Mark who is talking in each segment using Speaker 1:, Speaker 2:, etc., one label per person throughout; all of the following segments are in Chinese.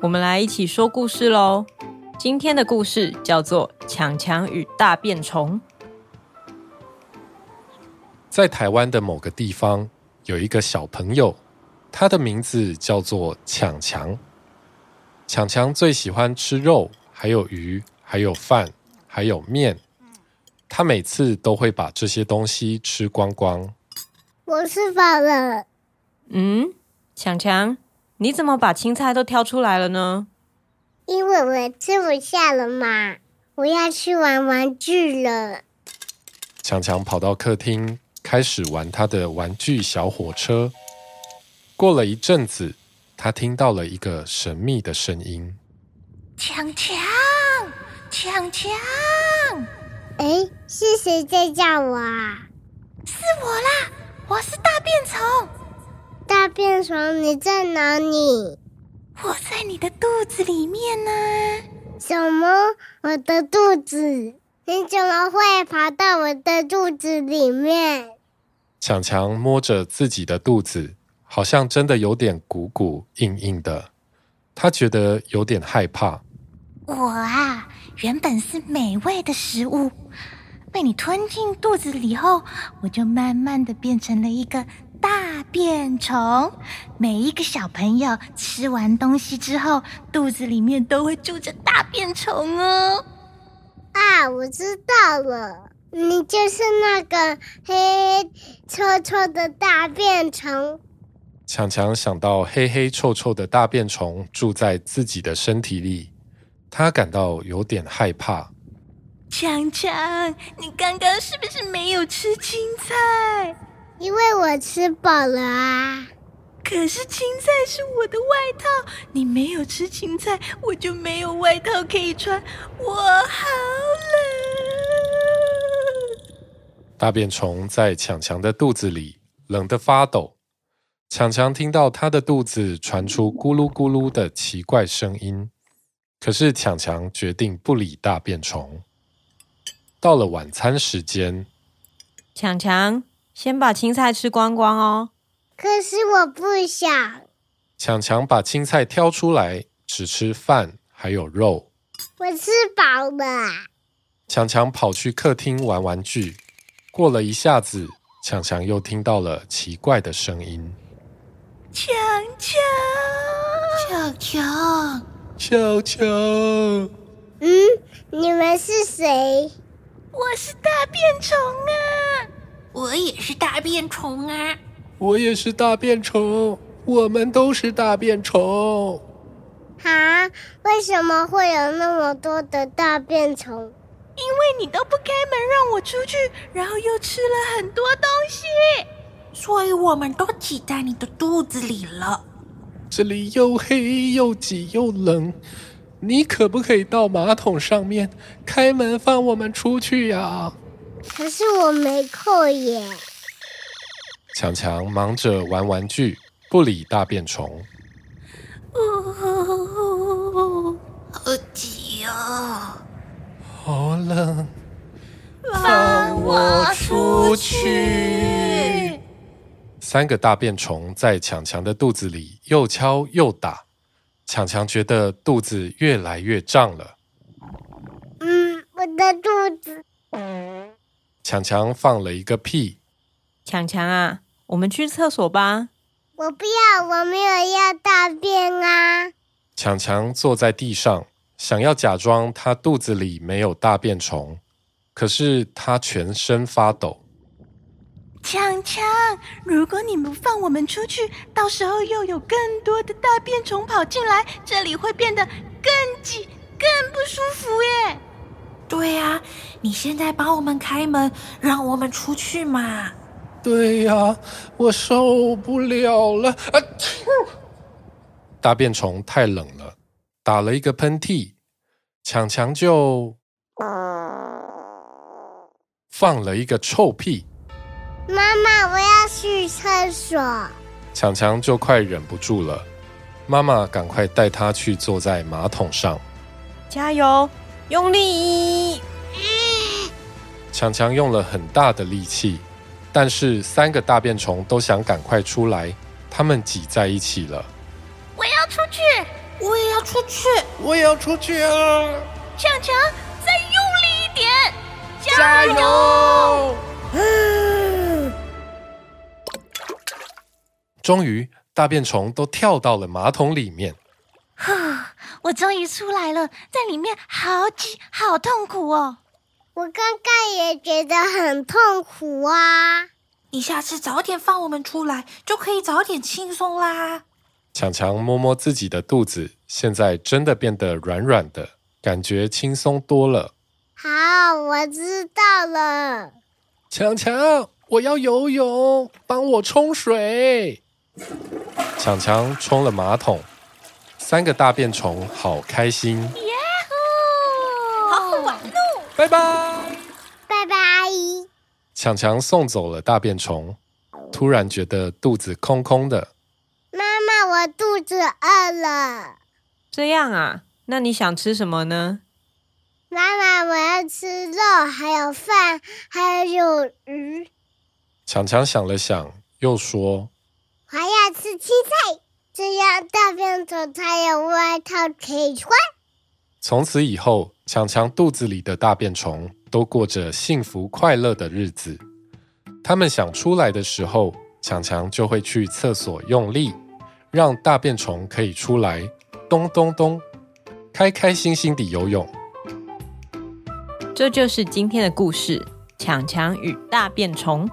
Speaker 1: 我们来一起说故事喽。今天的故事叫做《强强与大便虫》。
Speaker 2: 在台湾的某个地方，有一个小朋友，他的名字叫做强强。强强最喜欢吃肉，还有鱼，还有饭，还有面。他每次都会把这些东西吃光光。
Speaker 3: 我吃饱了，
Speaker 1: 嗯，强强，你怎么把青菜都挑出来了呢？
Speaker 3: 因为我吃不下了嘛，我要去玩玩具了。
Speaker 2: 强强跑到客厅，开始玩他的玩具小火车。过了一阵子，他听到了一个神秘的声音。
Speaker 4: 强强，强强，
Speaker 3: 哎，是谁在叫我啊？
Speaker 4: 是我啦！我是大便虫，
Speaker 3: 大便虫，你在哪里？
Speaker 4: 我在你的肚子里面呢、
Speaker 3: 什么？我的肚子？你怎么会爬到我的肚子里面？
Speaker 2: 强强摸着自己的肚子，好像真的有点鼓鼓硬硬的，他觉得有点害怕。
Speaker 4: 我啊，原本是美味的食物，被你吞进肚子里后，我就慢慢的变成了一个大便虫。每一个小朋友吃完东西之后，肚子里面都会住着大便虫哦。
Speaker 3: 啊，我知道了，你就是那个黑黑臭臭的大便虫。
Speaker 2: 强强想到黑黑臭臭的大便虫住在自己的身体里，他感到有点害怕。
Speaker 4: 强强，你刚刚是不是没有吃青菜？
Speaker 3: 因为我吃饱了啊。
Speaker 4: 可是青菜是我的外套，你没有吃青菜，我就没有外套可以穿，我好冷。
Speaker 2: 大便虫在强强的肚子里冷得发抖。强强听到他的肚子传出咕噜咕噜的奇怪声音，可是强强决定不理大便虫。到了晚餐时间，
Speaker 1: 强强，先把青菜吃光光哦。
Speaker 3: 可是我不想，
Speaker 2: 强强把青菜挑出来，只吃饭还有肉。
Speaker 3: 我吃饱了啊。
Speaker 2: 强强跑去客厅玩玩具。过了一下子，强强又听到了奇怪的声音。
Speaker 4: 强强，
Speaker 5: 强强，
Speaker 2: 小强，
Speaker 3: 嗯，你们是谁？
Speaker 4: 我是大便虫啊！
Speaker 5: 我也是大便虫啊！
Speaker 2: 我也是大便虫，我们都是大便虫。
Speaker 3: 啊，为什么会有那么多的大便虫？
Speaker 4: 因为你都不开门让我出去，然后又吃了很多东西。
Speaker 5: 所以我们都挤在你的肚子里了。
Speaker 2: 这里又黑又挤又冷，你可不可以到马桶上面开门放我们出去呀、
Speaker 3: 可是我没空耶。
Speaker 2: 强强忙着玩玩具，不理大便虫。
Speaker 5: 哦，好挤哦！
Speaker 2: 好冷，
Speaker 5: 放我出
Speaker 2: 去。三个大便虫在强强的肚子里又敲又打，强强觉得肚子越来越胀了。
Speaker 3: 嗯，我的肚子。
Speaker 2: 强强放了一个屁，
Speaker 1: 强强啊，我们去厕所吧。
Speaker 3: 我不要，我没有要大便啊！
Speaker 2: 强强坐在地上，想要假装他肚子里没有大便虫，可是他全身发抖。
Speaker 4: 强强，如果你不放我们出去，到时候又有更多的大便虫跑进来，这里会变得更挤、更不舒服耶。
Speaker 5: 对呀、你现在帮我们开门，让我们出去嘛！
Speaker 2: 对呀、我受不了了啊！大便虫太冷了，打了一个喷嚏，强强就放了一个臭屁，
Speaker 3: 妈妈，我要去厕所。
Speaker 2: 强强就快忍不住了。妈妈赶快带他去坐在马桶上。
Speaker 1: 加油，用力！
Speaker 2: 强强用了很大的力气，但是三个大便虫都想赶快出来，它们挤在一起了。
Speaker 4: 我要出去，
Speaker 5: 我也要出去，
Speaker 2: 我也要出去啊！
Speaker 4: 强强，再用力一点，
Speaker 2: 加油！终于，大便虫都跳到了马桶里面。
Speaker 4: 啊！我终于出来了，在里面好挤，好痛苦哦。
Speaker 3: 我刚刚也觉得很痛苦啊。
Speaker 5: 你下次早点放我们出来，就可以早点轻松啦。
Speaker 2: 强强摸摸自己的肚子，现在真的变得软软的，感觉轻松多了。
Speaker 3: 好，我知道了。
Speaker 2: 强强，我要游泳，帮我冲水。强强冲了马桶，三个大便虫好开心，
Speaker 4: 好好玩哦！
Speaker 2: 拜拜。
Speaker 3: 拜拜，阿姨。
Speaker 2: 强强送走了大便虫，突然觉得肚子空空的。
Speaker 3: 妈妈，我肚子饿了。
Speaker 1: 这样啊？那你想吃什么呢？
Speaker 3: 妈妈，我要吃肉，还有饭，还有鱼，
Speaker 2: 强强想了想，又说
Speaker 3: 还要吃青菜，这样大便虫才有外套可以穿。：“
Speaker 2: 从此以后，强强肚子里的大便虫都过着幸福快乐的日子。他们想出来的时候，强强就会去厕所用力，让大便虫可以出来，咚咚咚，开开心心地游泳。
Speaker 1: 这就是今天的故事《强强与大便虫》。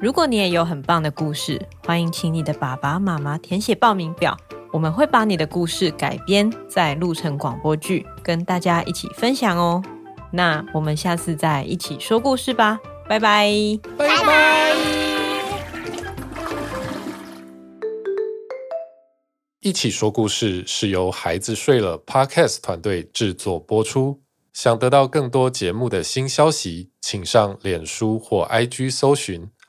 Speaker 1: 如果你也有很棒的故事，欢迎请你的爸爸妈妈填写报名表，我们会把你的故事改编再录成广播剧，跟大家一起分享哦。那我们下次再一起说故事吧，拜拜。”
Speaker 2: 拜拜。一起说故事是由孩子睡了 Podcast 团队制作播出。想得到更多节目的新消息，请上脸书或 IG 搜寻“